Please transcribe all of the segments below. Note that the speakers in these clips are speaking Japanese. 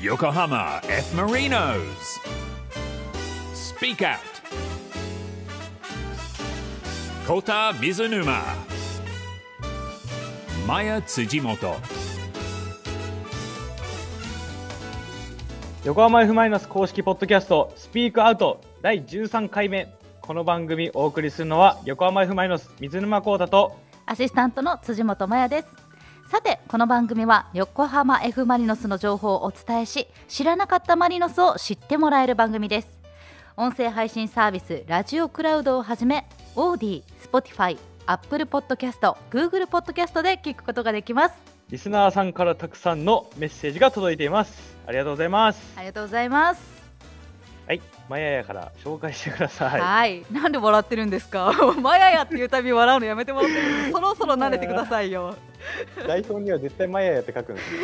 Yokohama F. Marinos. Speak Out. Kota Mizunuma. Maya Tsujimoto. 横浜 F マイナス公式ポッドキャストスピークアウト第13回目この番組お送りするのは横浜 F マイナス水沼孝太とアシスタントの辻本麻也です。さて、この番組は横浜 F ・マリノスの情報をお伝えし、知らなかったマリノスを知ってもらえる番組です。音声配信サービス、ラジオクラウドをはじめ、オーディ、スポティファイ、アップルポッドキャスト、グーグルポッドキャストで聞くことができます。リスナーさんからたくさんのメッセージが届いていますありがとうございますありがとうございます。はいマヤヤから紹介してくだはさい、いなんで笑ってるんですか。 麻也やっていうたび笑うのやめてもらっていいですかそろそろ慣れてくださいよ。 台本には絶対マヤヤって書くんですよ。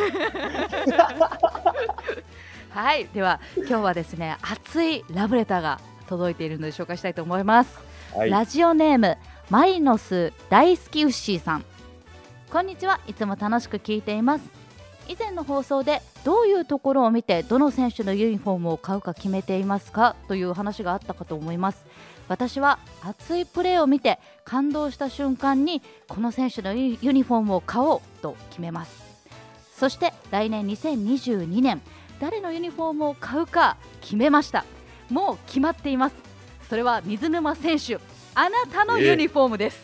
はい、では今日はですね、熱いラブレターが届いているので紹介したいと思います。はい。ラジオネームマリノス大好きウッシーさんこんにちはいつも楽しく聞いています以前の放送でどういうところを見てどの選手のユニフォームを買うか決めていますかという話があったかと思います私は熱いプレーを見て感動した瞬間にこの選手のユユニフォームを買おうと決めますそして来年2022年誰のユニフォームを買うか決めましたもう決まっていますそれは水沼選手あなたのユニフォームです、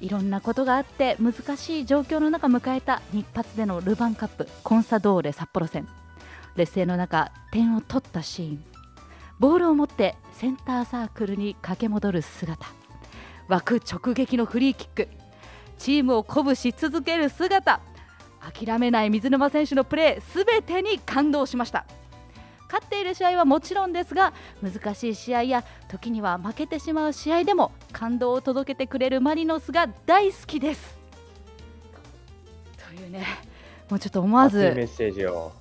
いろんなことがあって難しい状況の中迎えた日発でのルヴァンカップコンサドーレ札幌戦劣勢の中点を取ったシーンボールを持ってセンターサークルに駆け戻る姿枠直撃のフリーキックチームを鼓舞し続ける姿諦めない水沼選手のプレーすべてに感動しました勝っている試合はもちろんですが難しい試合や時には負けてしまう試合でも感動を届けてくれるマリノスが大好きですというねもうちょっと思わ熱いメずッセージを。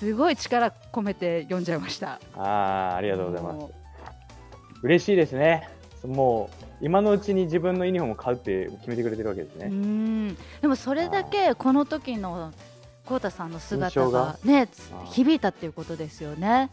すごい力込めて読んじゃいましたああ、ありがとうございます。も嬉しいですね。もう今のうちに自分のユニフォームを買うって決めてくれてるわけですううね。んでもそれだけこの時のコウタさんの印姿象ががねつあー響いたっていうことですよね。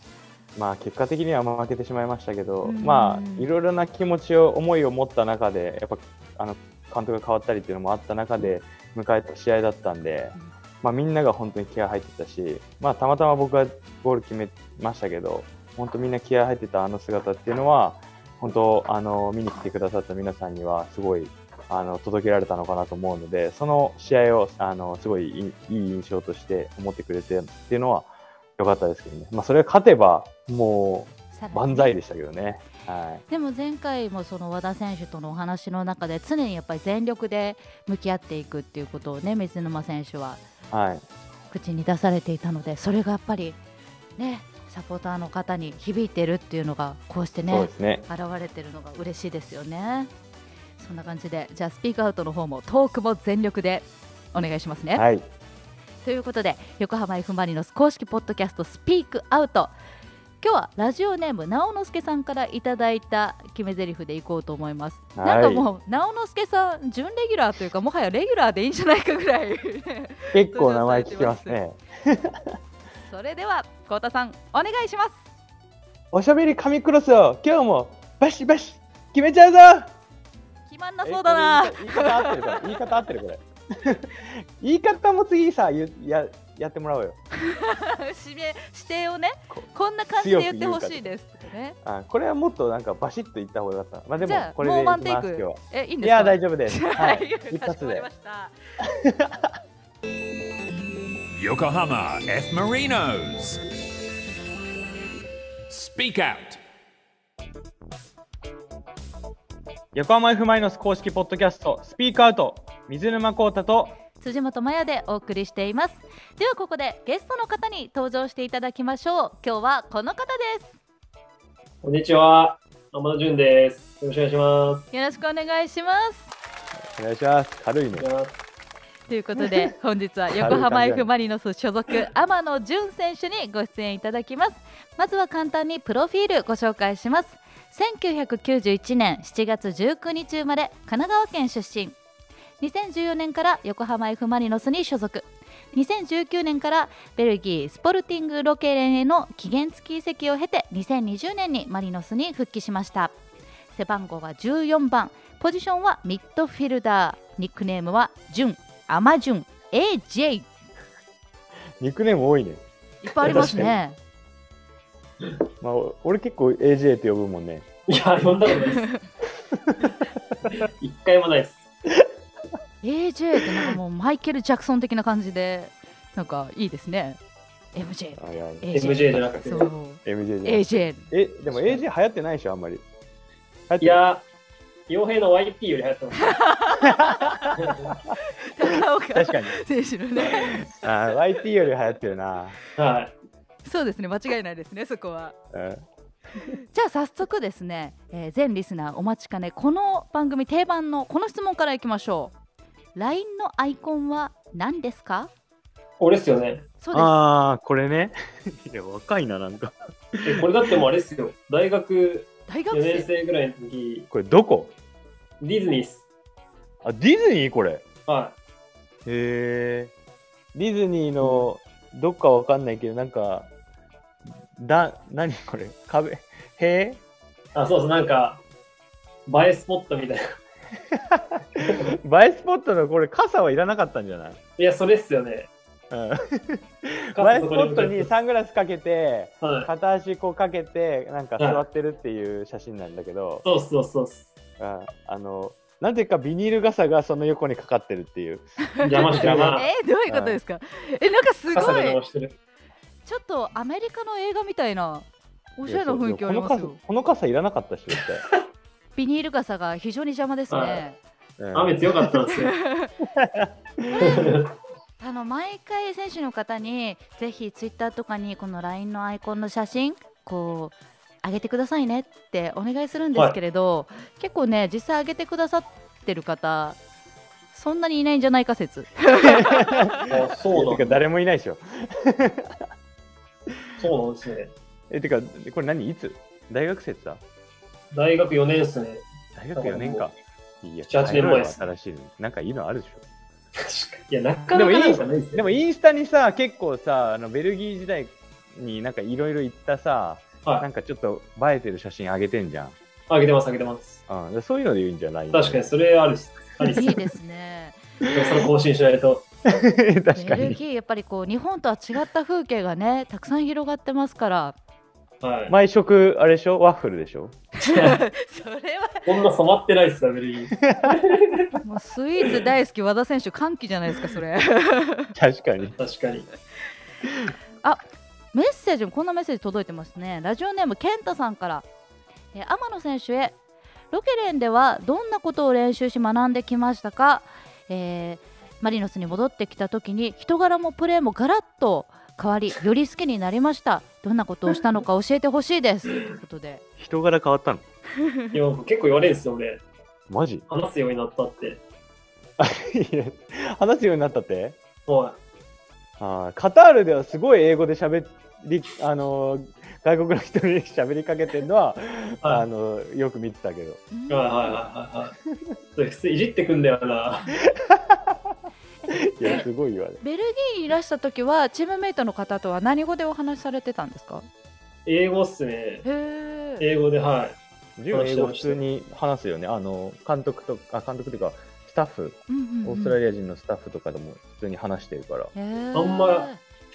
まあ結果的には負けてしまいましたけど、うんまあいろいろな気持ちを思いを持った中で、やっぱあの監督が変わったりっていうのもあった中で迎えた試合だったんでうん、まあみんなが本当に気合入ってたし、まあたまたま僕がゴール決めましたけど、本当みんな気合入ってたあの姿っていうのは、本当あの見に来てくださった皆さんにはすごいあの届けられたのかなと思うのでその試合をあのすごいいいいい印象として思ってくれてっていうのは良かったですけどね、まあ、それが勝てばもさらにう万歳でしたけどね、はでも前回もその和田選手とのお話の中で常にやっぱり全力で向き合っていくっていうことをね水沼選手はいはい、口に出されていたのでそれがやっぱりねサポーターの方に響いてるっていうのがこうしてそうねですね現れてるのが嬉しいですよね。そんな感じでじゃあスピークアウトの方もトークも全力でお願いしますね。はいということで横浜 F ・マリノス公式ポッドキャストスピークアウト今日はラジオネーム直之助さんからいただいた決め台詞でいこうと思います、はいなんかもう直之助さん準レギュラーというかもはやレギュラーでいいんじゃないか ぐらい結構名前聞きますねそれでは幸田さんお願いしますおしゃべり紙クロスを今日もバシバシ決めちゃうぞ決まんなそうだなえこれ言い方合ってるから言い方合ってるこれ 言い方も次さゆややってもらおうよ指名指定をねここんな感じで言ってほしいですねあこれはもっとなんかバシッと言った方が良かったまあでじゃあもこれでもうワいンきテイまクす今日はえいいんいですかや 大丈夫ですはい一かし発こまりでました。 Yokohama F. Marinos. Speak Out. 横浜 F マイナス公式ポッドキャストスピークアウト水沼孝太と辻本麻也でお送りしていますではここでゲストの方に登場していただきましょう今日はこの方でこんにちは。天野潤です。よろしくお願いしすよろしくお願いしますお願いします軽いねます。ということで本日は横浜 F ・マリノス所属天野純選手にご出演いただきますまずは簡単にプロフィールご紹介します1991年7月19日生まれ神奈川県出身2014年から横浜 F ・マリノスに所属2019年からベルギースポルティングロケレンへの期限付き移籍を経て2020年にマリノスに復帰しました背番号は14番ポジションはミッドフィルダーニックネームはジュンアマジュン AJ いっニックネーム多いね。ぱいありますねまあ、お俺結構 AJ って呼ぶもんね。いや、呼んだことないです。 一回もないです。 AJ ってなんかもうマイケル・ジャクソン的な感じでなんかいいですね MJ あいや MJ じゃなくてそう MJ じゃない AJ え、でも AJ 流行ってないでしょ、あんまり。流行っいてないや、傭兵の YT より流行ってます。 高岡確かに。選手のねあー YT より流行ってるな。はい。そうですね間違いないですねそこはうんじゃあ早速ですね、えー全リスナーお待ちかねこの番組定番のこの質問からいきましょう LINE のアイコンは何ですか俺ですよね。そうですああ、これね。 いや、若いな、なんか。えこれだってもうあれですよ。大学大学4年生生ぐらいの時、これどこディズニーっす。あ、ディズニーこれ。はへえ。ディズニーのどっかわかんないけど、なんか、だ、何これ壁、塀い。あ、そうそう、なんか、映えスポットみたいな。映えスポットのこれ傘はいらなかったんじゃないいや、それっすよね。 うん、映えスポかつットにサングラスかけてはい。片足こうかけてなんか座ってるっていう写真なんだけど、そうそうそうそうう。んあのなぜかビニール傘がその横にかかってるっていう邪魔して るな。えーどういうことですかえなんかすご傘で邪い魔してる。ちょっとアメリカの映画みたいなおしゃれな雰囲気いありやますそうよこの傘この傘いらなかったっし絶対ビニール傘が非常に邪魔ですねうん雨強かったんですよ。あの毎回選手の方にぜひツイッターとかにこの LINE のアイコンの写真こう上げてくださいねってお願いするんですけれど、結構ね実際上げてくださってる方そんなにいないんじゃないか説 あそうなんてか誰もいないでしょそうなんですね。えてかこれ何いつ大学生ってさ大学4年ですね。大学4年かいや7 8年前です新しいのなんかいいのあるでし確かに。いや、なかなかなんかないですょね。でもインスタにさ結構さあのベルギー時代になんかいろいろ行ったさなはい。んかちょっと映えてる写真あげてんじゃん、あげてます、あげてます。うん、そういうのでいいんじゃない確かに、それあるっす。ありっすいいですねでもそれ更新しないと。に 確かベルにギーやっぱりこう日本とは違った風景がねたくさん広がってますからはい。毎食あれでしょワッフルでしょそれはこんな染まってないっす、ダブルもうスイーツ大好き和田選手歓喜じゃないですかそれ 確かに確かに。メッセージもこんなメッセージ届いてますねラジオネーム健太さんからえー天野選手へロケレンではどんなことを練習し学んできましたか、えーマリノスに戻ってきた時に人柄もプレーもガラッと変わりより好きになりましたどんなことをしたのか教えてほしいですということで人柄変わったのいや、結構言われるんですよ、俺。マジ話すようになったって。 いや話すようになったってはあーカタールではすごい英語で喋り、あのー外国の人に喋りかけてるのは、い。あはのーよく見てたけどうんい。はいはいはいはいはい。それ普通いじってくんだよな。いやすごいわねベルギーにいらした時はチームメイトの方とは何語でお話しされてたんですか英語っすね。へえ英語で、はい。純英語普通に話すよねあの監督とあ監督というかスタッフオーストラリア人のスタッフとかでも普通に話してるから、ああんま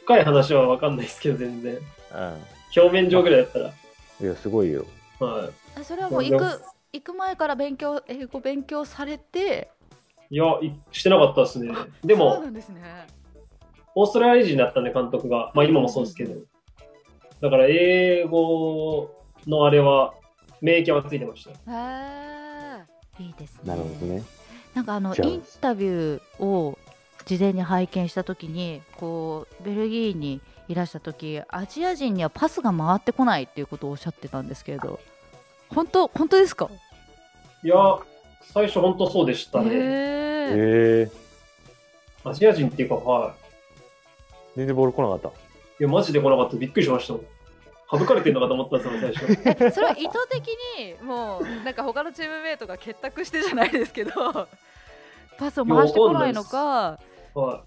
深い話は分かんないですけど、全然。うん表面上ぐらいだったら。いや、すごいよ。はえそれはもう行く行く前から勉強英語勉強されてい。いや、いしてなかったですね。でそうもな、んですねオーストラリア人だったんで、監督が。まあ、今もそうですけど。だから、英語のあれは、免疫はついてました。へーいいですねなるほどね。なんかあのじゃあインタビューを事前に拝見した時にこうベルギーにいらした時アジア人にはパスが回ってこないっていうことをおっしゃってたんですけれど本当本当ですかいや、最初、本当そうでしたへね。ええー、アジア人っていうか、はい。全然ボール来なかっいや、マジで来なかった。びっくりしましたもん。省かれてんのかと思ったんです よ、最初。それは意図的にもうなんか他のチームメイトが 結託してじゃないですけどパスを回してこないのかは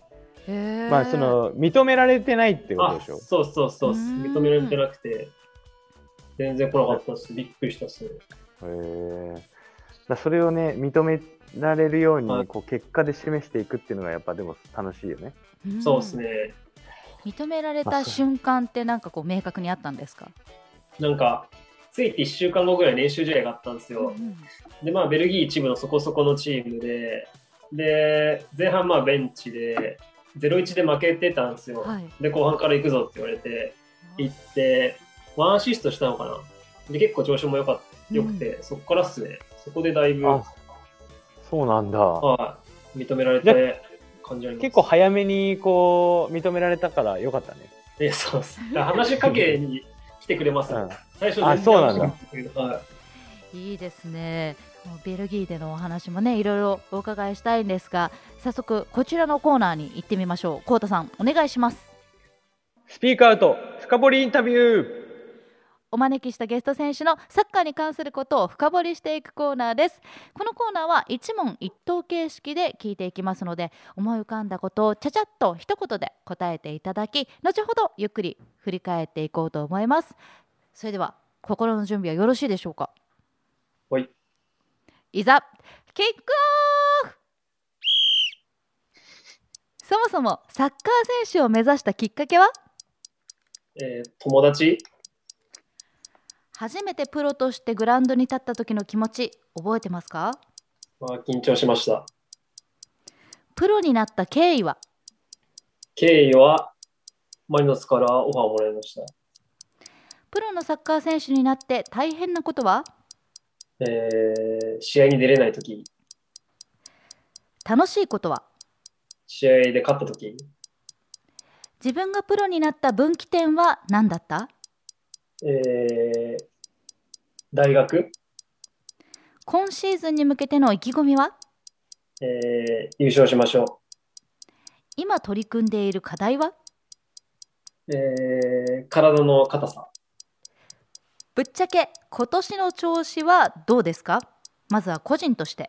へーまあその認められてないってことあでしょそうそうそうっすうん認められてなくて全然来なかったしびっくりしたっすねへーだからそれをね認められるようはにいこう結果で示していくっていうのがやっぱでも楽しいよねんそうっすね認められた瞬間ってなんかこう明確にあったんですかなんかついて1週間後ぐらい練習試合があったんですよ、うんでまあベルギー一部のそこそこのチームでで前半まあベンチで0-1で負けてたんですよ、はいで後半から行くぞって言われて行ってワンアシストしたのかなで結構調子も良かった良くて、そこからっすねそこでだいぶ、あそうなんだはい、認められて感じあります結構早めにこう認められたからよかったねえそうっすだから話しかけに来てくれます、うん最初あそうなんだだ、はいいいですね。もうベルギーでのお話もね、いろいろお伺いしたいんですが、早速こちらのコーナーに行ってみましょう。コウタさん、お願いします。スピークアウト深掘りインタビューお招きしたゲスト選手のサッカーに関することを深掘りしていくコーナーです。このコーナーは一問一答形式で聞いていきますので、思い浮かんだことをちゃちゃっと一言で答えていただき、後ほどゆっくり振り返っていこうと思います。それでは心の準備はよろしいでしょうか。はい。いざキックオフ。そもそもサッカー選手を目指したきっかけはえー友達初めてプロとしてグラウンドに立った時の気持ち覚えてますかは緊張しましたプロになった経緯は経緯はマリノスからオファーをもらいましたプロのサッカー選手になって大変なことはえー試合に出れないとき、楽しいことは試合で勝ったとき、自分がプロになった分岐点は何だったえー大学、今シーズンに向けての意気込みはえー優勝しましょ今取り組んでいる課題はう。えー体の硬さ。ぶっちゃけ今年の調子はどうですかまずは個人として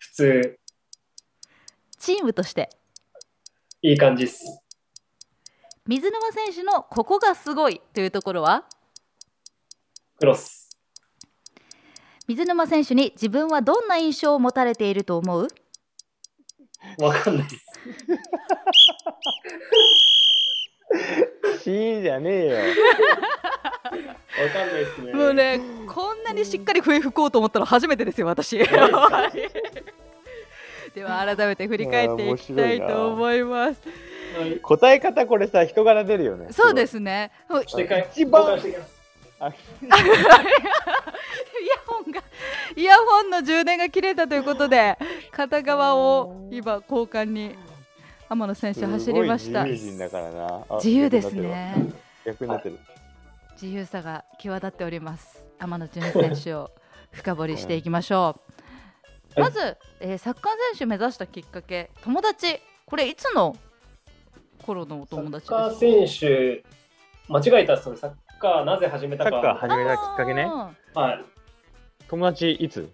普通、チームとしていい感じっす。水沼選手のここがすごいというところはクロス。水沼選手に自分はどんな印象を持たれていると思うわかんないっす。シーンじゃねえよわかんないっすね。もうね、こんなにしっかり笛吹こうと思ったの初めてですよ、私。 では改めて振り返っていきたいと思います。はい。答え方これさ人柄出るよねそうですすね。もうイしてかい。一番交換してきますヤホンがイヤホンの充電が切れたということで、片側を今交換に天野選手走りました。すごい自由人だからなあ自由ですね。逆になってる自由さが際立っております天野純選手を深掘りしていきましょう、はまいず、えーサッカー選手目指したきっかけ友達これいつの頃のお友達サッですカー選手、間違えたっすね。サッカーなぜ始めたサッカーか。始めたきっかけねあはい。友達いつ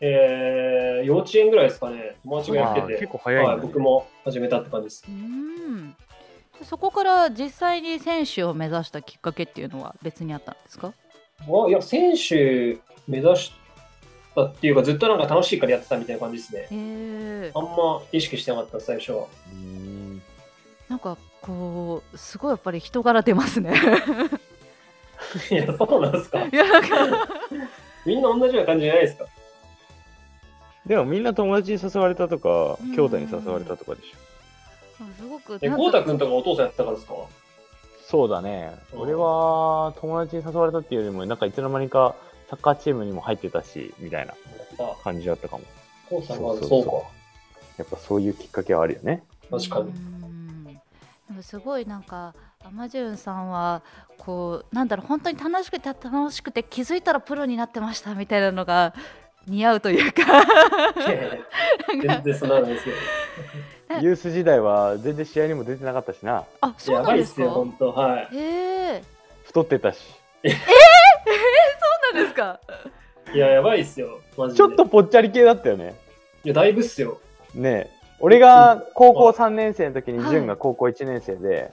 えー幼稚園ぐらいですかね。友達がやあっーてて結。構早いんだはい、僕も始めたって感じですー。うんそこから実際に選手を目指したきっかけっていうのは別にあったんですかあいや、選手目指したっていうか、ずっとなんか楽しいからやってたみたいな感じですね。えあんま意識してなかった、最初は。 うーんなんかこうすごいやっぱり人柄出ますね いや、そうなんですか。いやなんかみんな同じような感じじゃないですか。でもみんな友達に誘われたとかうん兄弟に誘われたとかでしょすごくえ、なんこうたかくんとかお父さんやってたからですかそうだねうん俺は友達に誘われたっていうよりもなんかいつの間にかサッカーチームにも入ってたしみたいなあ、感じだったかもこうたくんはそうそうそそううか。やっぱそういうきっかけはあるよね確かに。うんでもすごいなんかアマジュンさんはこうなんだろう本当に楽しくて楽しくて気づいたらプロになってましたみたいなのが似合うと いうかいやいや全然そんなのないですけど。えユース時代は全然試合にも出てなかったしなあそうやなばんいでっすすかよ、本当はい。へえ太ってたしそうなんですかいや、やばいっすよ、マジで。ちょっとぽっちゃり系だったよねいや、だいぶっすよ。ね俺が高校3年生の時にはい潤が高校1年生で、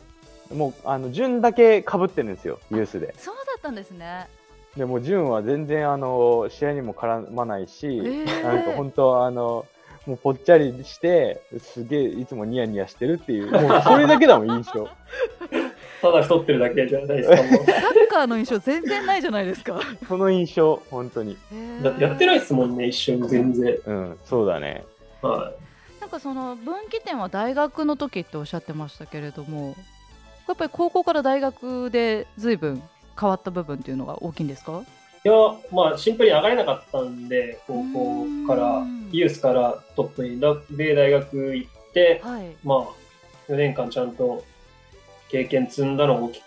もうあの潤だけ被ってるんですよユースでそうだったんですね。でも潤は全然あの試合にも絡まないし、ええなんか本当あのもうぽっちゃりしてすげえいつもニヤニヤしてるっていうもうそれだけだもん印 象ただ太ってるだけじゃないですか、もサッカーの印象全然ないじゃない ですか。その印象本当にう。だってやってないですもんね、一瞬全然。うんそうだねはなんかその分岐点は大学の時っておっしゃってましたけれどもやっぱり高校から大学で随分変わった部分っていうのが大きいんですかい。いや、まあ、シンプルに上がれなかったんで、高校からうん、ユースからトップに、だで、大学行って、はいまあ、4年間ちゃんと経験積んだのが大き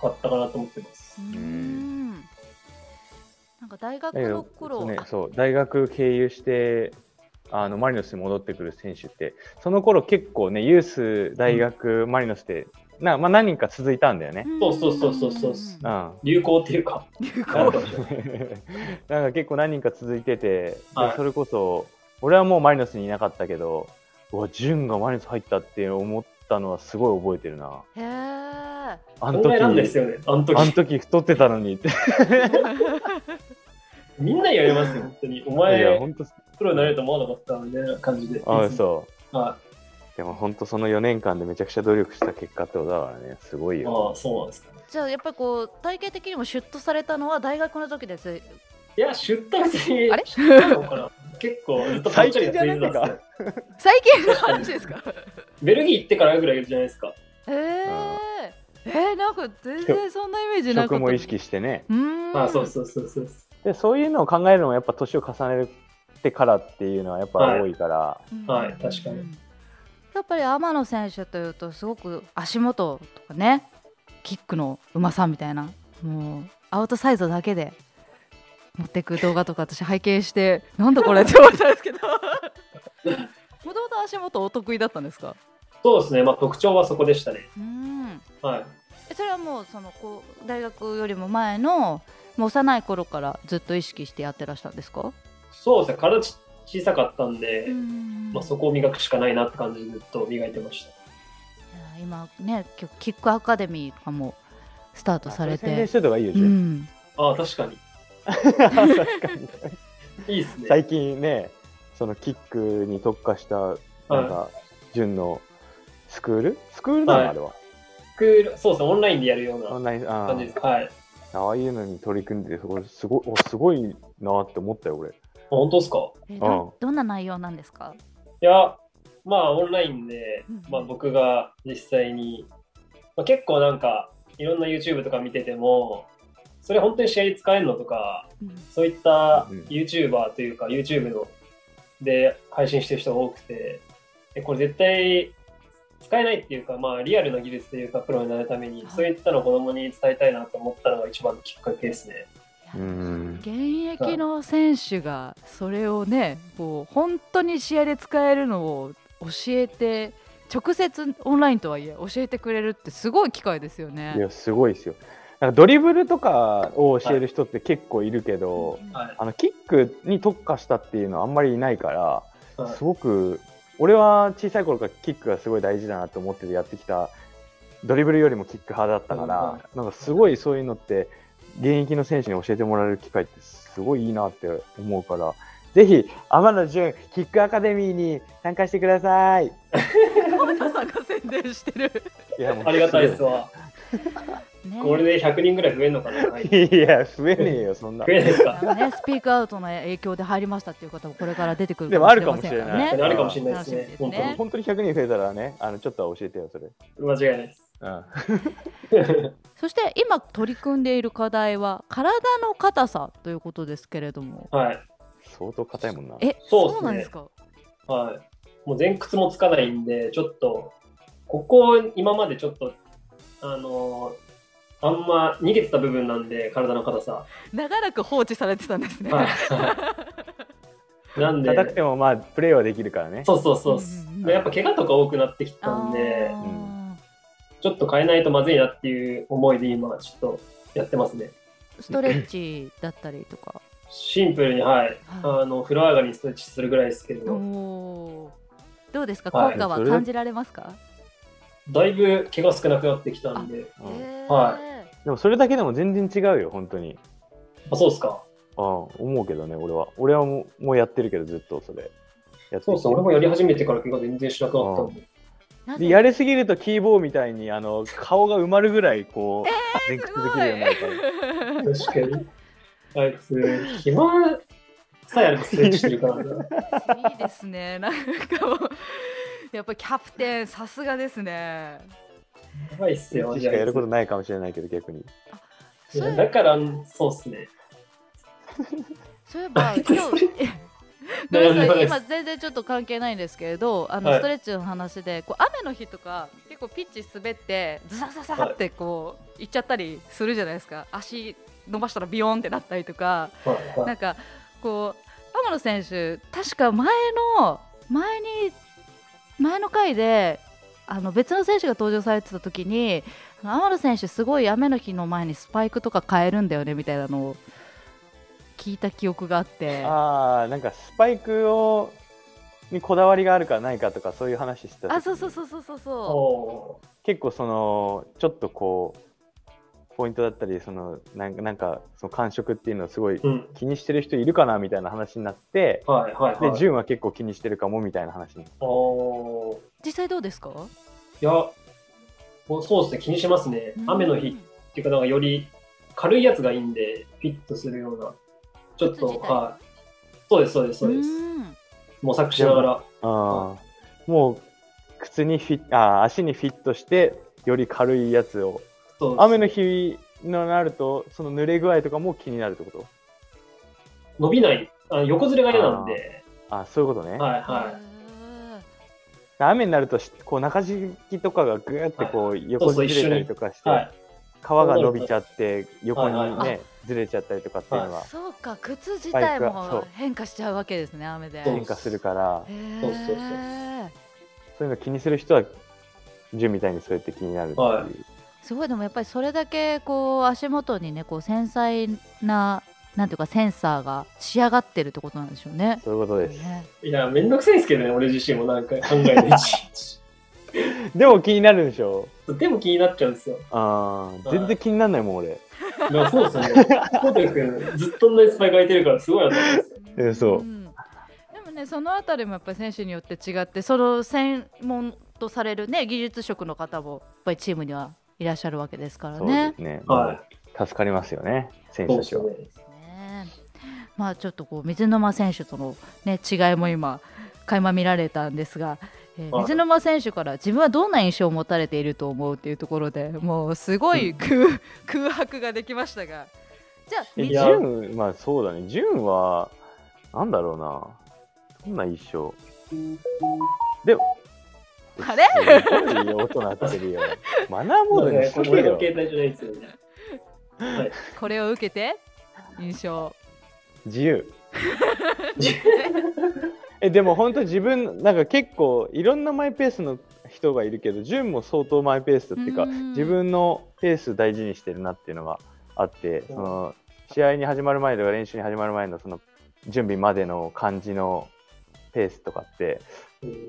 かったかなと思ってますう。んなんか大学だけのど頃、ねあ、そう大学経由してあのマリノスに戻ってくる選手ってその頃結構ねユース大学、マリノスってな、まあ、何人か続いたんだよね。そうそうそうそうそううんなん流行っていうか、流なん行かか結構何人か続いてて、ではいそれこそ俺はもうマリノスにいなかったけどうわ潤がマリノス入ったって思ったのはすごい覚えてるなへえあの問題なんです時よね、あのあの時。時太ってたの にっていみんな言われますよ、本当に。おや前、本当プロになれると思わなかったみたいな感じで。あいつもそうはでも本当その4年間でめちゃくちゃ努力した結果ってことだからね、すごいい。よ。まあ、そうなんですか、ね。じゃあやっぱりこう体型的にもシュッとされたのは大学の時 ですいや、シュッと別に、あ れシュッとなのかな結構、ずっとぽっちゃりが続いてた最近んじゃないですねの。最近の話で すかベルギー行ってからぐらいじゃないですか。へええー、なんか全然そんなイメージなかった食も意識してね。うーんあそうそうそうそう。で、そういうのを考えるのもやっぱ年を重ねてからっていうのはやっぱ多いから、はい確かにうん。やっぱり天野選手というとすごく足元とかねキックのうまさみたいなもうアウトサイドだけで持ってく動画とか私拝見してなんだこれって思ったんですけ どもともと足元お得意だったんですかそうですね、まあ、特徴はそこでしたね。うんはい。えそれはもうそのこう大学よりも前のもう幼い頃からずっと意識してやってらしたんですか、そうですね、体ち小さかったんで、うんまあ、そこを磨くしかないなって感じでずっと磨いてました。いや今ねきょキックアカデミーとかもスタートされあそ宣伝てしといた方がいいよ、う順ん、ああ、確かに。確かに。いいですね。最近ね、そのキックに特化した、なんか、順のスクールスクールなの、はいあれは。近、そうですね、オンラインでやるようオンなライン、あ感じです。はい。あああいうのに取り組んでて、これすごい、おすごいなって思ったよ、俺。あ本当ですかえんどどんな内容なんですかいや、まあ、オンラインでうん、まあ、僕が実際に、まあ、結構なんか、いろんな YouTube とか見てても、それ本当に試合に使えるのとか、そういったうん YouTuber というか、YouTube ので配信してる人が多くて、えこれ絶対使えないっていうか、まあ、リアルな技術というか、プロになるために、はいそういったのを子供に伝えたいなと思ったのが一番のきっかけですね。うん。現役の選手がそれをねこう本当に試合で使えるのを教えて直接オンラインとはいえ教えてくれるってすごい機会ですよいね。や、すごいですよ。なんかドリブルとかを教える人って結構いるけど、はい。あのキックに特化したっていうのはあんまりいないから、はいすごく俺は小さい頃からキックがすごい大事だなと思っててやってきたドリブルよりもキック派だったから、はなんかすごいそういうのって現役の選手に教えてもらえる機会ってすごいいいなって思うからぜひ天野潤キックアカデミーに参加してください本田さんが宣伝してる。いやもうありがたいですわ。ねこれで100人ぐらい増えるのかな、はい、増いや増えねえよそんなえないです かまあね、スピークアウトの影響で入りましたっていう方もこれから出てくるでかももあしるれかまもしせんれかないらね。あるかもしれないですね。楽しみ本ですね本当に100人増えたらねあのちょっとは教えてよそれ、当に間違いないです。うん、そして今取り組んでいる課題は体の硬さということですけれども。はい。相当硬いもんなえ、そうっすそねうなんですか。はい。もう前屈もつかないんで、ちょっと、ここ、今までちょっと、あのーあんま逃げてた部分なんで、体の硬さ。長らく放置されてたんですね。はい。なんで、硬くてもまあプレーはできるからね。そうそうそうっうんすうん。うんやっぱ怪我とか多くなってきたんで、あーうんちょっと変えないとまずいなっていう思いで今、ちょっとやってますね。ストレッチだったりとか。シンプルに、はい。はいあの、風呂上がりにストレッチするぐらいですけおど、おどうですか、はい効果はそれ感じられますか、だいぶ毛が少なくなってきたんで、うんへーはでもそれだけでも全然違うよ、本当に。あそうですか。ああ思うけどね、俺は。俺はもうもうやってるけど、ずっとそれ。やってきてそうですね、俺もやり始めてから毛が全然しなくなったんで。なぜでやりすぎるとキーボーみたいにあの顔が埋まるぐらいこう、前屈すできごるいようになるから。確かに。あいつ、暇さえあればストレッチしてるから な。いいですね、なんかもう、やっぱキャプテン、さすがですね。やばいっすよ、しかやることいないかもしれないけど、逆に。そやうだから、そうっすね。そういえ ば、今日。ごめんなさい今全然ちょっと関係ないんですけれどあのはいストレッチの話で、こう雨の日とか結構ピッチ滑ってズサズサってこう行っちゃったりするじゃないですか足伸ばしたらビヨーンってなったりとかはいはないんかこう天野選手確か前の前に前の回であの別の選手が登場されてた時にあの天野選手すごい雨の日の前にスパイクとか変えるんだよねみたいなのを聞いた記憶があって。ああ、なんかスパイクをにこだわりがあるかないかとか、そういう話してた時に。あそうそうそうそうそうそうお結構そのちょっとこうポイントだったりそのなんかなんかその感触っていうのをすごいーうん。気にしてる人いるかなみたいな話になって、はいはいではい。ジュンは結構気にしてるかもみたいな話におー実際どうですかいや、おそうですね、気にしますね。雨の日っていうか、なんかより軽いやつがいいんで、フィットするような。ちょっ靴と、自体はい。そうです、そうです、そうです。ん模索しながら。あーもう靴にフィッあー足にフィットしてより軽いやつをそうです雨の日になるとその濡れ具合とかも気になるってこと伸びない。あ横ずれが嫌なんで。あーそういうことね、はいはい。雨になるとしこう中敷きとかがぐーってこう横そうそうにずれたり一緒とかして、はい。皮が伸びちゃって横はいにはいはねずれちゃったりとかっていうのはそうか靴自バ体イクはそもう変化しちゃうわけですね雨でそう変化するからへそうそうそうーそういうの気にする人は純みたいにそうやって気になるっていう、はすごいでもやっぱりそれだけこう足元にねこう繊細ななんていうかセンサーが仕上がってるってことなんでしょうね。そういうことですねいや、めんどくさいですけどね、俺自身もなんか考えのいちいち。でも気になるでしょでも気になっちゃうんですよ。あーはい全然気にならないもん俺いやそうですよね。コテ君、ずっと同じスパイク空いてるから、すごいなと思いますよ。えそうんでもねそのあたりもやっぱり選手によって違ってその専門とされるね技術職の方もやっぱりチームにはいらっしゃるわけですからそうですね、はもう助かりますよね選そ手うたでちすはよね。ねまあちょっとこう水沼選手との、ね、違いも今垣間見られたんですが、えーはい水沼選手から自分はどんな印象を持たれていると思うっていうところでもうすごい空,、 空白ができましたがじゃあえみいや純まあそうだね純はなんだろうなどんな一生でもあれすごい音鳴って るよマナーモードにしことけれ俺のよ携帯じゃないですよね。はい。これを受けて印象自由 えでも本当自分なんか結構いろんなマイペースの人がいるけど純も相当マイペースっていうかうん自分のペース大事にしてるなっていうのがあってその試合に始まる前とか練習に始まる前のその準備までの感じのペースとかって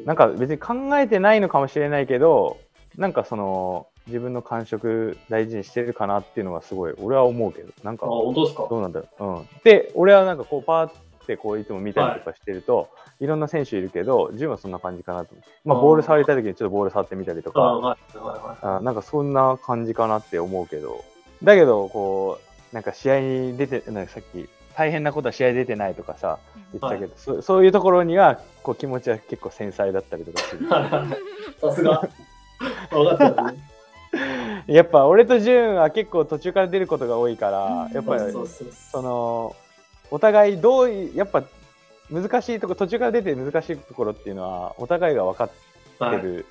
なんか別に考えてないのかもしれないけどなんかその自分の感触大事にしてるかなっていうのはすごい俺は思うけどなんあ、か本当ですかどうなんだろう。うん、で、俺はなんかこう、パーってこういつも見たりとかしてると、い、ろんな選手いるけど、ジュンはそんな感じかなと思って。まあ、あーボール触りたい時にちょっとボール触ってみたりとあ、か、はいはいはあなんかそんな感じかなって思うけど、だけど、こう、なんか試合に出て、なんかさっき、大変なことは試合出てないとかさ、言ってたけど、そそういうところには、こう気持ちは結構繊細だったりとかする。い。さすが。分かってますね。やっぱ俺とジュンは結構途中から出ることが多いから、やっそぱりうそうそうそのお互いどういやっぱ難しいとこ途中から出て難しいところっていうのはお互いが分かっはてい。る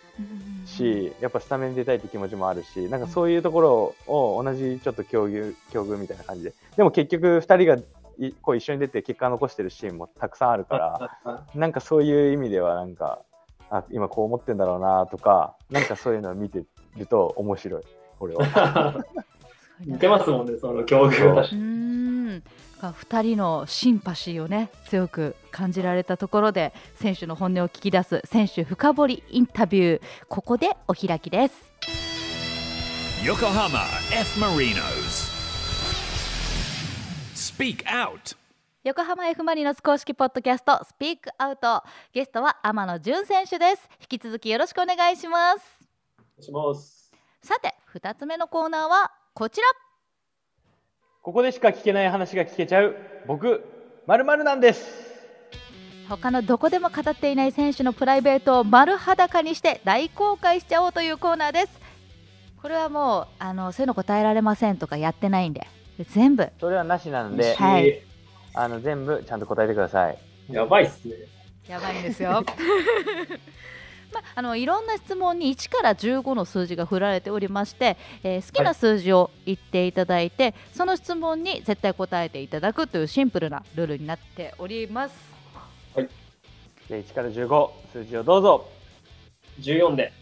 し、やっぱスタメン出たいって気持ちもあるしなんかそういうところを同じちょっと境遇境遇みたいな感じででも結局2人がいこう一緒に出て結果残してるシーンもたくさんあるからはいはなんかそういう意味ではなんかあ今こう思ってんだろうなとかなんかそういうのを見てると面白い俺は。いはい似てますもんね、その境遇そう確かうーんが2人のシンパシーをね強く感じられたところで選手の本音を聞き出す選手深掘りインタビューここでお開きです Yokohama F Marinos. Speak out. 横浜 F ・マリノス公式ポッドキャストスピークアウトゲストは天野純選手です引き続きよろしくお願いしますいします。さて2つ目のコーナーはこちら ここでしか聞けない話が聞けちゃう僕まるなんです他のどこでも語っていない選手のプライベートを丸裸にして大公開しちゃおうというコーナーですこれはもうあのそういうの答えられませんとかやってないんで全部それはなしなので、はいえあの全部ちゃんと答えてください。ーやばいっすね。やばいんですよ まあ、あのいろんな質問に1から15の数字が振られておりまして、えー好きな数字を言っていただいて、その質問に絶対答えていただくというシンプルなルールになっておりますで1から15数字をどうぞ。 14で。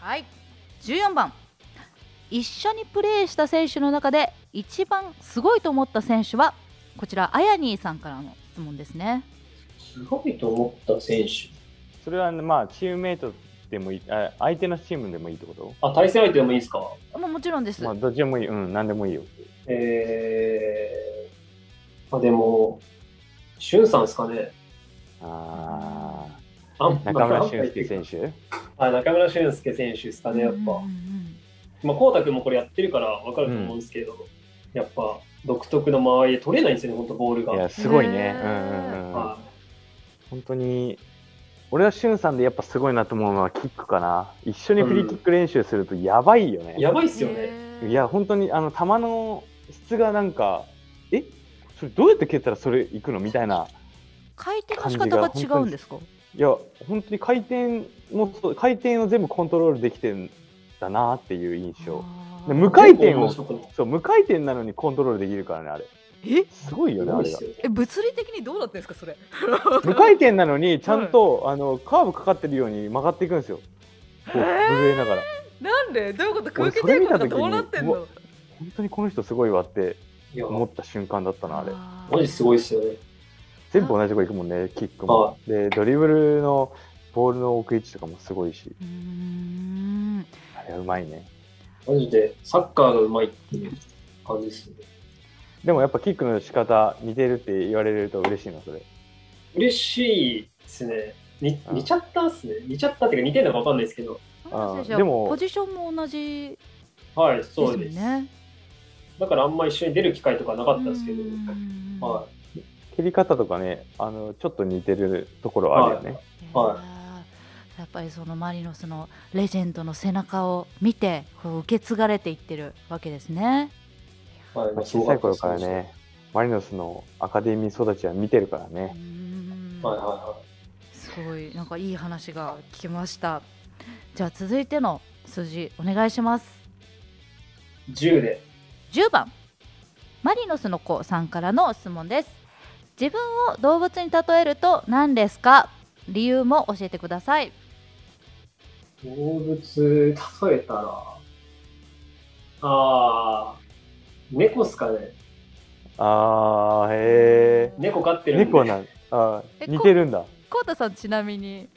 はい14番一緒にプレーした選手の中で一番すごいと思った選手はこちらアヤニーさんからの質問ですねすごいと思った選手。それはまあチームメイトでもいい、あ相手のチームでもいいってこと？あ、対戦相手でもいいですかもうもちろんです、まあどっちでもいい、うん何でもいいよ。えー、あ、でも、しゅんさんですかね。あああ中村俊輔選手。あ中村俊輔選手ですかね、やっぱ。うんうんうんまあ、こうたくんもこれやってるからわかると思うんですけど、やっぱ独特の間合いで取れないんですよね、本当ボールが。いはやいすごいねね。うんうんうん。あ本当に俺はしゅんさんでやっぱすごいなと思うのはキックかな一緒にフリーキック練習するとやばいよね、やばいっすよね。へーいや本当にあの球の質がなんかえそれどうやって蹴ったらそれいくのみたいな回転の仕方が違うんですかいや本当に回転もそう回転を全部コントロールできてんだなっていう印象あーで無回転面を白かったそう無回転なのにコントロールできるからねあれえすごいよすねごあいれっがすよね。え物理的にどうだったんですかそれ無回転なのにちゃんと、あのカーブかかってるように曲がっていくんですよこう震えながらなんでどういうこと俺それ見た時にうわ本当にこの人すごいわっていや、思マった瞬間だったなあれジすごいっすよね。全部同じとこ行くもんねキックもはでドリブルのボールの奥位置とかもすごいしうーんあれはうまいねマジでサッカーがうまいっていう感じですね。でもやっぱキックの仕方似てるって言われると嬉しいなそれ嬉しいですね。にうん似ちゃったっすね。似ちゃったっていうか似てるのかわかんないですけど。浜田選手あーでもはポジションも同じはい、ですもそうんです。ねだからあんま一緒に出る機会とかなかったんですけどう、んは蹴り方とかねあのちょっと似てるところあるよね、はいやっぱりそのマリノスのレジェンドの背中を見てこう受け継がれていってるわけですね。い。はい、ままああすご小さいかったで頃すから。ねマリノスのアカデミー育ちは見てるからうねんはいはいはすごいなんかいい話が聞けました。じゃあ続いての数字お願いします。い。10で。 10番マリノスの子さんからの質問です。自分を動物に例えると何ですか理由も教えてください。動物例えたらあー猫っすかねあーへ猫飼ってえるんで猫なんあーえ似てるんだコウタさんちなみに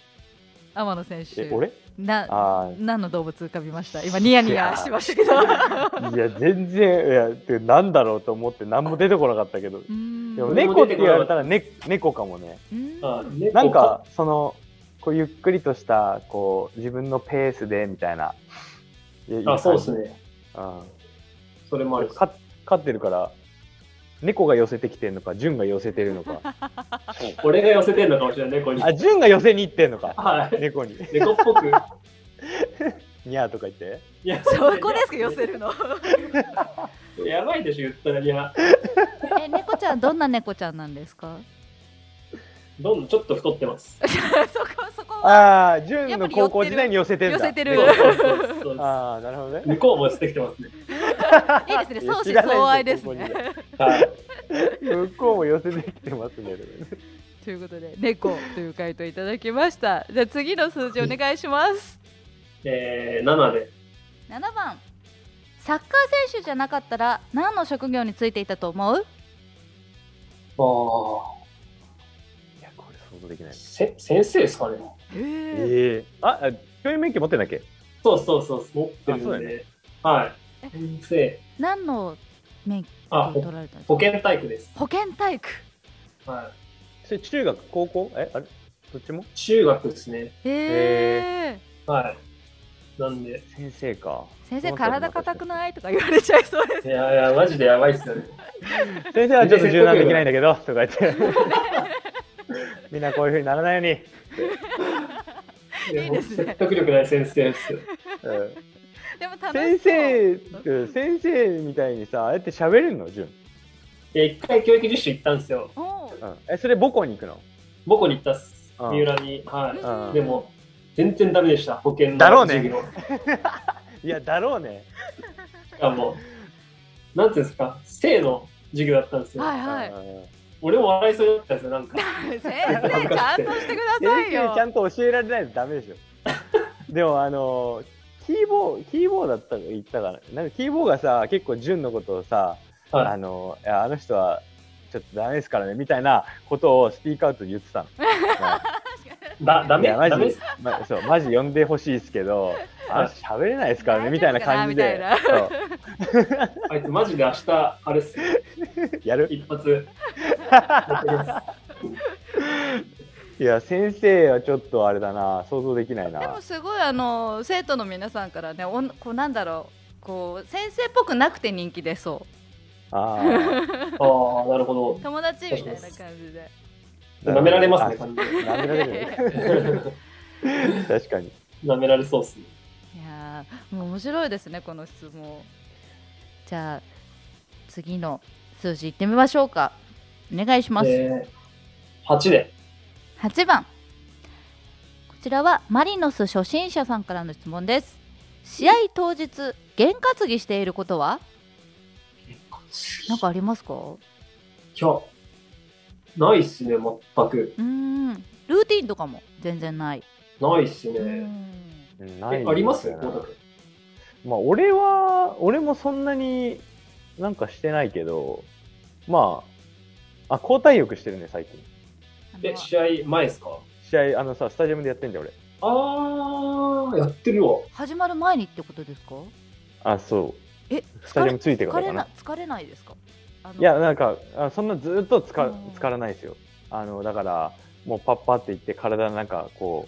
天野選手え俺 なあー何の動物浮かびました今ニヤニヤしましたけどいや全然いやてなんだろうと思って何も出てこなかったけどうーん でも俺も猫って言われたら、ね、猫かもね。うーんあーな猫ん飼か、その、こうゆっくりとした、こう、自分のペースで、みたいな。いやいい感あじそうですねうんそれもあるっすか飼ってるから、猫が寄せてきてんのか、純が寄せてるのか。俺が寄せてるのかもしれない猫にあ、純が寄せに行ってんのか。はい猫に。猫っぽくにゃーとか言って。いやそこですか寄せるのやばいでしょ言ったらいや え猫ちゃんどんな猫ちゃんなんですかどんどんちょっと太ってます そこそこあはあ、純の高校時代に寄せてんだ。寄せてそうるそうそうそうああ、なるほどね。向こうも寄せてきてますねいいですいねや相思知らない相愛です高校ね時代はい向こうも寄せてきてますね。 ということで猫という回答いただきましたじゃあ次の数字お願いしますえー、7で7番サッカー選手じゃなかったら何の職業についていたと思うあいや、これ想像できなあ、い。せ先生ですかね。へえええあ、あ教員免許持ってんだっけそうそうそう、持ってるあそうだんよで。はい。先生、何の免許あ、をほ取られたんですか保健体育です。保健体育はそれ中学、高校え、あれどっちもい。中学ですね。へえはい。な んで、先生か。先生体硬くないとか言われちゃいそう ですいやいや、マジでやばいっすよね。先生はちょっと柔軟できないんだけど、とか言って。 みんなこういう風にならないよやいいですね説得力ない先生ですよ。うに。うんでも先楽しそう生って、先生みたいにさ、ああやって喋れるの、純。いや、一回教育実習行ったんですよ。おううん。え、それ母校に行くの母校に行ったっす。うん三浦に。はうんい。でも、全然ダメでした、保健のだろうね授業。いや、だろうね。しかも、なんていうんですか、性の授業だったんですよ。はいはいうん俺も笑いそうになったんです よ、なんか。先生ちゃんとしてくださ先い生よちゃんと教えられないとダメでしょ。 でも、あの、キーボー、キーボーだったか言ったから、なんかキーボーがさ、結構純のことをさ、はいあの、いやあの人は、ちょっとダメですからね、みたいなことをスピーカーウトで言ってたの。だダいメやマダメでジす。ま、そうマジ呼んでほしいですけど、あの人喋れないですからねみたいな感じで、大そうあいつマジで明日、あれっす。やる。一発。いや先生はちょっとあれだな、想像できないな。でもすごいあの生徒の皆さんからねおんこうなんだろうこう先生っぽくなくて人気出そあーああ、なるほどう。友達みたいな感じで 舐められますね、あ感じで。舐められるね。確かに。 舐められそうっすね。いやーもう面白いですねこの質問じゃあ次の数字いってみましょうかお願いします、えー、8で。 8番こちらはマリノス初心者さんからの質問です試合当日験担ぎしていることはなんかありますかういや、ないっすね、全く。ーんルーティンとかも全然ない、ないっすうーね。うんんえないありますね光太君まあ俺は俺もそんなになんかしてないけど、まああ交代浴してるね最近。あえ、の試合前ですか試合あのさスタジアムでやってんじゃん俺。あー、やってるわ。始まる前にってことですかあそうえスタ疲ジれアムついてか疲られかなな。疲れないですかあのいやなんかあそんなずっとつかうんつからないですよ。あのだからもうパッパっていって体なんかこ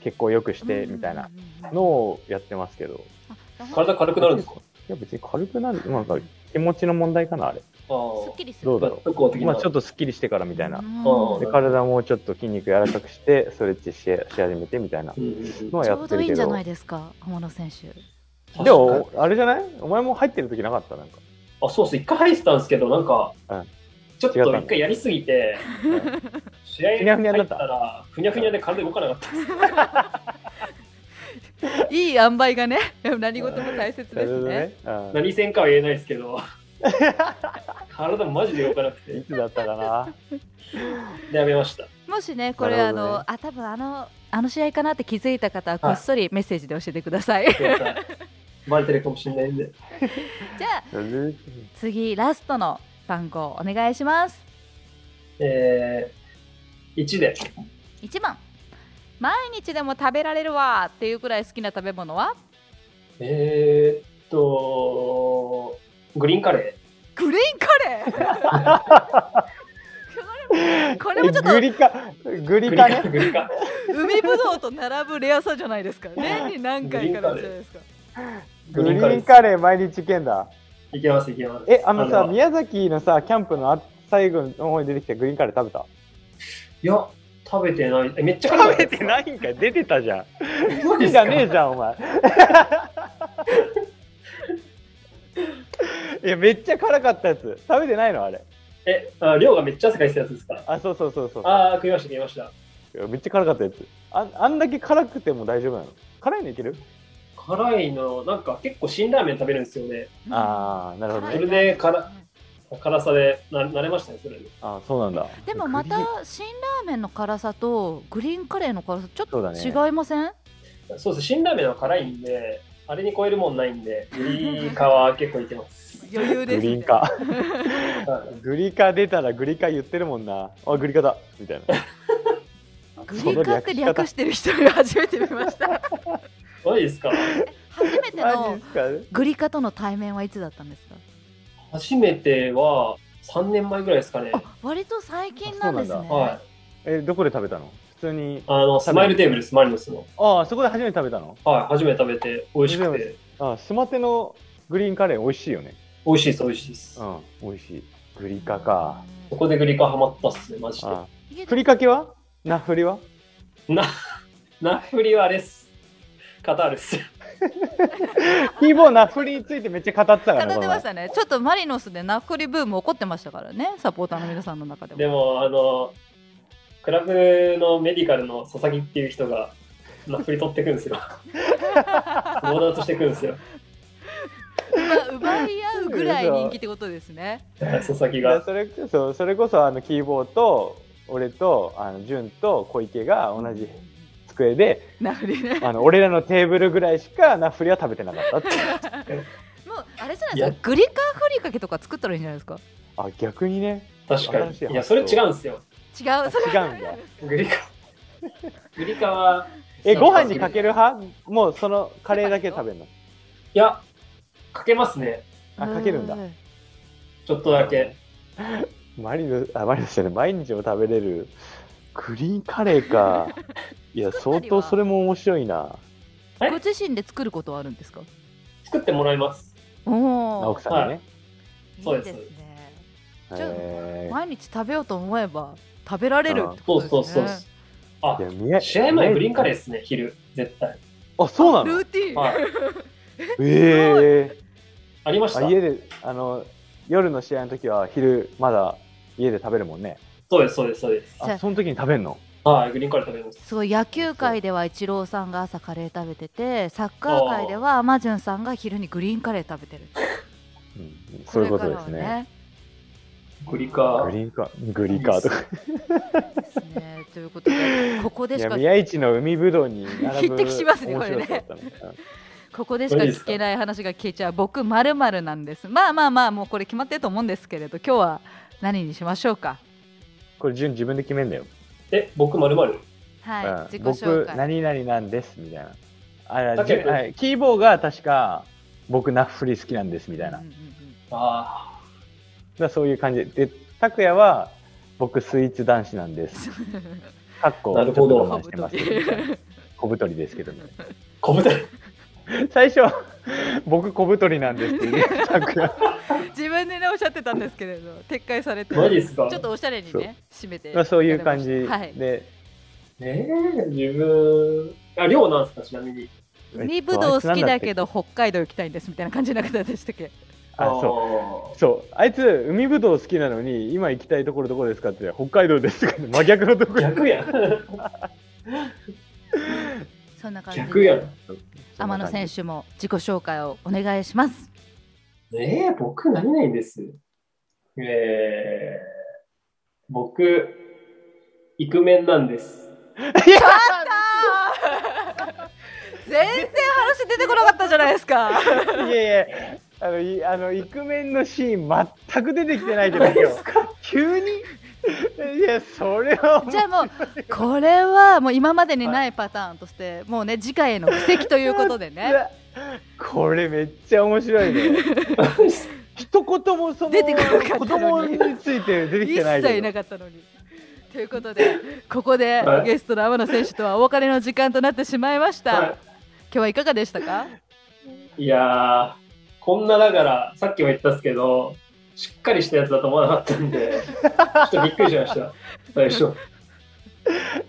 う血行良くしてみたいなうんうんうんうんのをやってますけど。あ体軽くなるんですかいや別に軽くなるなんか気持ちの問題かなあれ。あすっーきりするどうだ納ろ得う。的まな。あちょっとスッキリしてからみたいなう。んあでー体もちょっと筋肉柔らかくしてストレッチしし始めてみたいなうんうんうんのはちやょってうどるいいけんじゃどないですか浜野選手でもあれじゃないお前も入ってる時なかったなんかあ、そうっす。一回入ってたんですけど、なんか、うんちょっ違ったんとだ一回やりすぎて、試合ふにゃふにゃに入なっったたら、ふにゃふにゃで体動かなかった。いい塩梅がね 何事も大切ですねなる何戦かは言えないです けど、体マジで動かなくほどねうんいて、つだったか なでやめました。もしねこれ、なあるほどねのあ多分あのあの試合かなって気づいた方はこっそりメッセージで教えてください ごめんなさいバレてるかもしれないんで。じゃあ次ラストの番号お願いしますえー、1で。 1番毎日でも食べられるわっていうくらい好きな食べ物はえー、っと、グリーンカレグリーンカレー これもこれもちょっとグリカグー。リカねグリーンカ海ぶどうと並ぶレアさじゃないですか年に何回かなんじゃないですかググリリーンカレーーンカレー毎日行けんだいけます、いけます。えあのさい宮崎のさキャンプのあ最後の方に出てきたグリーンカレー食べたや、食べてない。えめっちゃ辛い。い。いんか出てたじゃんマジ好できすじゃかねえじゃんお 前いやめっちゃ辛かったやつ食べてないのあれえ、あ量がめっちゃ汗かいてたやつですかあそうそうそうそうあー、食いました、食いました。いやめっちゃ辛かったやつああんだけ辛くても大丈夫なの辛いのいける、辛いの、なんか結構辛ラーメン食べるんですよね。ああなるほどいねそれでから辛さでな慣れましたね、それに。あーそうなんだでもまたグリーン辛ラーメンの辛さとグリーンカレーの辛さちょっそうとだね違いません、そうです、辛ラーメンは辛いんで、あれに超えるもんないんで、グリーンカは結構いけます。余裕ですグリーみンたいなカ グリカ出たらグリカ言ってるもんなあグリカだみたいなグリーンカって略してる人が初めて見ましたマジ ですか初めてマジのですかグリカとの対面はいつだったんですか初めては3年前ぐらいですかね。あ割と最近なんですあそうねなはい。えどこで食べたの普通にあの、スマイルテーブルです、マリノスの。ああそこで初めて食べたのはい、初めて食べて、美味しくて。あスマテのグリーンカレー美味しいよね美味しいです、美味しいです。うん美味しいグリカかそこでグリカハマったっすね、マジで。あヒゲふりかけはなふりはな、 なふりはあれっす。カタールっす。キーボーなふりについてめっちゃ語ってたからね語っこてのま前したねちょっとマリノスでナックリブーム起こってましたからねサポーターの皆さんの中でもでも、あの、クラブのメディカルの佐々木っていう人が、なふり取ってくん ですよ。ボーダーとしてくんですよ。奪奪い合うぐらい人気ってことですね佐々木いやが。それこそそれこそあのキーボーと俺とあの潤と小池が同じ机でなふりねあの俺らのテーブルぐらいしかナフリは食べてなかったっていうもうあれじゃないでいすやかグリカふりかけとか作ったらいいんじゃないですかあ逆にね確か新しい発想に。いや、それ違うんですよ。違あうそれ違うんだグリカ。グリカは、 えご飯にかける派もうそのカレーだけ食べるのいや、かけますね。あかけるんだうちょっとだけ。マリノあマリノスじゃない毎日も食べれるグリーンカレー かいや作相ったりは当それも面白いなえご自身で作ることはあるんですか作ってもらいます。おお奥さんにね、いそういですですねはいえ毎日食べようと思えば食べられるってそこうそとうですそうね。あー、いや宮試合前グリーンカレーですね、昼、絶対。ーあそうなルのーティーンはい。えありまえしたあ。家であの夜の試合の時は昼まだ家で食べるもんねそうです、そうです、そうです。じゃああその時に食べんのはい、グリーンカレー食べます。すごい野球界ではイチローさんが朝カレー食べててサッカー界ではアマジュンさんが昼にグリーンカレー食べてるうんそういうことですねグリカグリーンカグリーカーとかこれからはねですねということでここでいしやか宮市の海ぶどうに並ぶ匹敵しますねこれね面白さだったのここでしか聞けない話が聞いちゃう僕まるまるなんですまあまあまあもうこれ決まってると思うんですけれど今日は何にしましょうかこれ順自分で決めんだよ、え、僕、まるまる。はい自己うん紹僕介何々なんですみたいなあらだけど順はいキーボーが確か僕ナッフリ好きなんですみたいな、うだんかうんうんあらそういう感じでで拓也は僕スイーツ男子なん ですかっこなるほちどょっと我慢してますけどみたいな小太りですけどみたいなあ、小豚。最初は僕小太りなんですって言って拓也自分でねおっしゃってたんですけれど撤回されてマジですかちょっとおしゃれにね締めてまあそういう感じで、はいえー、自分。あ、量なんすか、ちなみに。海ぶどう好きだけど北海道行きたいんですみたいな感じの方でしたっけあそうそそうあいつ海ぶどう好きなのに今行きたいところどこですかって言ったら北海道ですとか、ね、真逆のところ逆やん。 そんな感じで逆やん。天野選手も自己紹介をお願いし ますえー、僕、何々です。えー、僕、イクメンなんです。全然話出てこなかったじゃないですかいやいやあのいあのイクメンのシーン全く出てきてないじゃないよ急に いやそれはじゃあもうこれはもう今までにないパターンとしてもうね次回への布石ということでねこれめっちゃ面白いね一言もその出てこなかったのに子供について出てき一てないけど切いなかったのにということでここではいゲストの天野選手とはお別れの時間となってしまいました、は今日はいかがでしたか いやー、こんなだから、さっきも言ったんですけど、しっかりしたやつだと思わなかったんで、ちょっとびっくりしました、最初。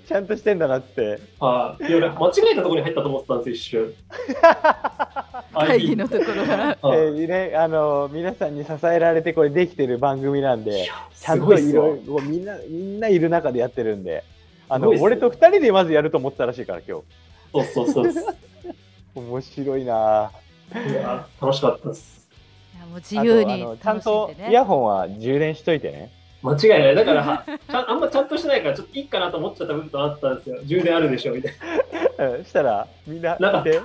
ちゃんとしてんだなってはい、いや俺間違えたところに入ったと思ってたんですよ、一瞬。会議のところはえはいーね、あの皆さんに支えられてこれできてる番組なんいでやちゃんすごといっいすろわいろみんなみんないる中でやってるんであすのごいっすね俺と二人でまずやると思ってたらしいから今日そうそうそうそう。面白いないや楽しかったです。いやもう自由あとあのにちゃん楽しんとでイねヤホンは充電しといてね 間違いない。だからはちゃん、あんまちゃんとしてないから、ちょっといいかなと思っちゃった部分とあったんですよ。充電あるでしょ、みたいうんしたらみんななかでぜ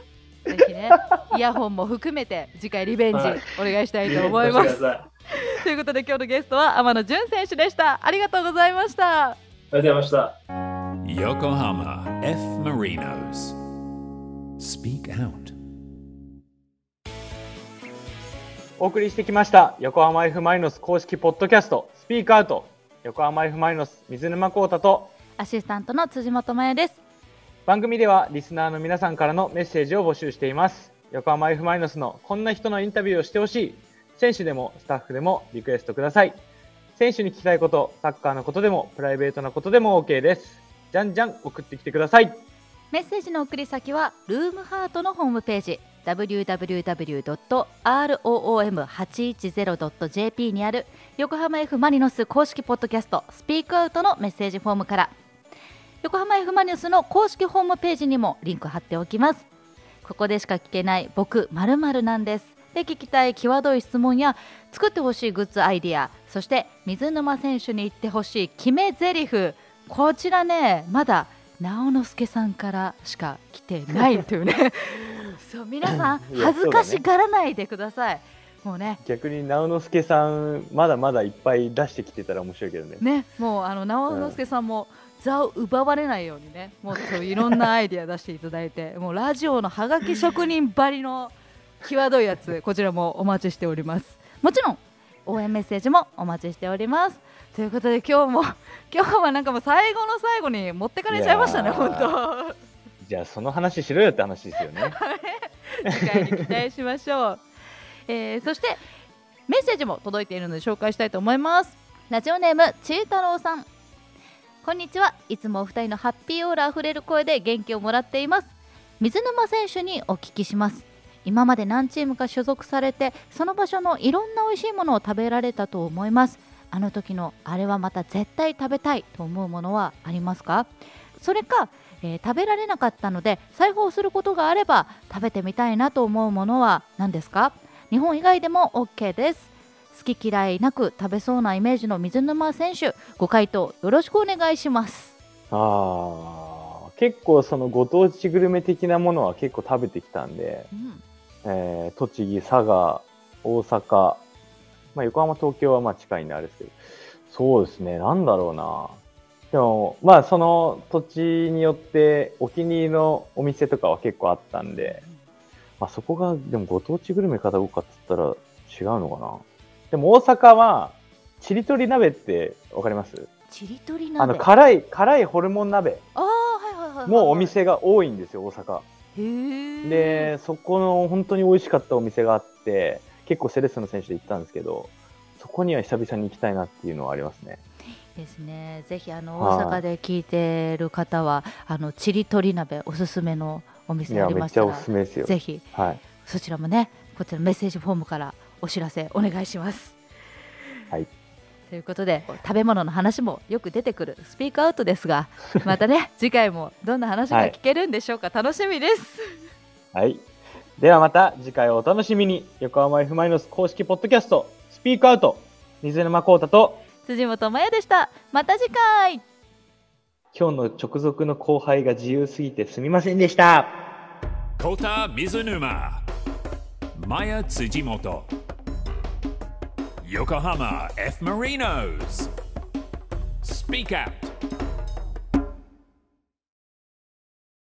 ひね、イヤホンも含めて次回リベンジはいお願いしたいリとベンジ思い出してまくだす。さい あということで今日のゲストは天野純選手でした。ありがとうございました。りがとうございました。 Yokohama F. Marinos. Speak out. お送りしてきました横浜 F ・マリノス公式ポッドキャストスピークアウト横浜 F ・マリノス水沼宏太とアシスタントの辻元真也です。番組ではリスナーの皆さんからのメッセージを募集しています横浜 F ・マリノスのこんな人のインタビューをしてほしい選手でもスタッフでもリクエストください選手に聞きたいことサッカーのことでもプライベートなことでも OK ですじゃんじゃん送ってきてくださいメッセージの送り先はルームハートのホームページ www.room810.jp にある横浜 F ・マリノス公式ポッドキャストスピークアウトのメッセージフォームから横浜 F ・マリノスの公式ホームページにもリンク貼っておきますここでしか聞けない僕まるなんですで聞きたい際どい質問や作ってほしいグッズアイディアそして水沼選手に言ってほしい決め台詞こちらねまだ直之助さんからしか来てないという ねそう皆さんいや恥ずかしがらないでくださいもうね逆に直之輔さんまだまだいっぱい出してきてたら面白いけどねね、もうあの直之輔さんも座を奪われないようにね、もっといろんなアイディア出していただいて、もうラジオのハガキ職人ばりの際どいや つ、こちらもお待ちしております。もちろん応援メッセージもお待ちしておりますということで今日も今日はなんかもう最後の最後に持ってかれちゃいましたね、いや本ー当。じゃあその話しろよって話ですよね次回に期待しましょう、 えーそしてメッセージも届いているので紹介したいと思いますラジオネームちーたろうさんこんにちはいつもお二人のハッピーオーラあふれる声で元気をもらっています水沼選手にお聞きします今まで何チームか所属されてその場所のいろんな美味しいものを食べられたと思いますあの時のあれはまた絶対食べたいと思うものはありますかそれか、えー食べられなかったので裁縫することがあれば食べてみたいなと思うものは何ですか日本以外でも OK です好き嫌いなく食べそうなイメージの水沼選手ご回答よろしくお願いしますああ結構そのご当地グルメ的なものは結構食べてきたんで、うんえー栃木佐賀大阪、まあ、横浜東京はまあ近いんであれですけどそうですねなんだろうなでもまあその土地によってお気に入りのお店とかは結構あったんで、まあ、そこがでもご当地グルメかどうかって言ったら違うのかなでも大阪はちりとり鍋ってわかりますちりとりあの鍋辛い辛いホルモン鍋あーはいはいはいはいもうお店が多いんですよ大阪へーでそこの本当に美味しかったお店があって結構セレッソの選手で行ったんですけどそこには久々に行きたいなっていうのはありますねですねぜひあのはい大阪で聞いてる方はあのちりとり鍋おすすめのおい店あやりめまっしちゃたおらすすめですよぜひはい、そちらもねこちらのメッセージフォームからお知らせお願いしますはいということで食べ物の話もよく出てくるスピークアウトです がまたね次回もどんな話が聞けるんでしょうか、楽しみですはい、ではまた次回をお楽しみに横浜 F ・マリノス公式ポッドキャストスピークアウト水沼宏太と辻本真也でしたまた次回今日の直属の後輩が自由すぎてすみませんでした。 Kota Mizunuma. Maya Tsujimoto. Yokohama F. Marinos. Speak out.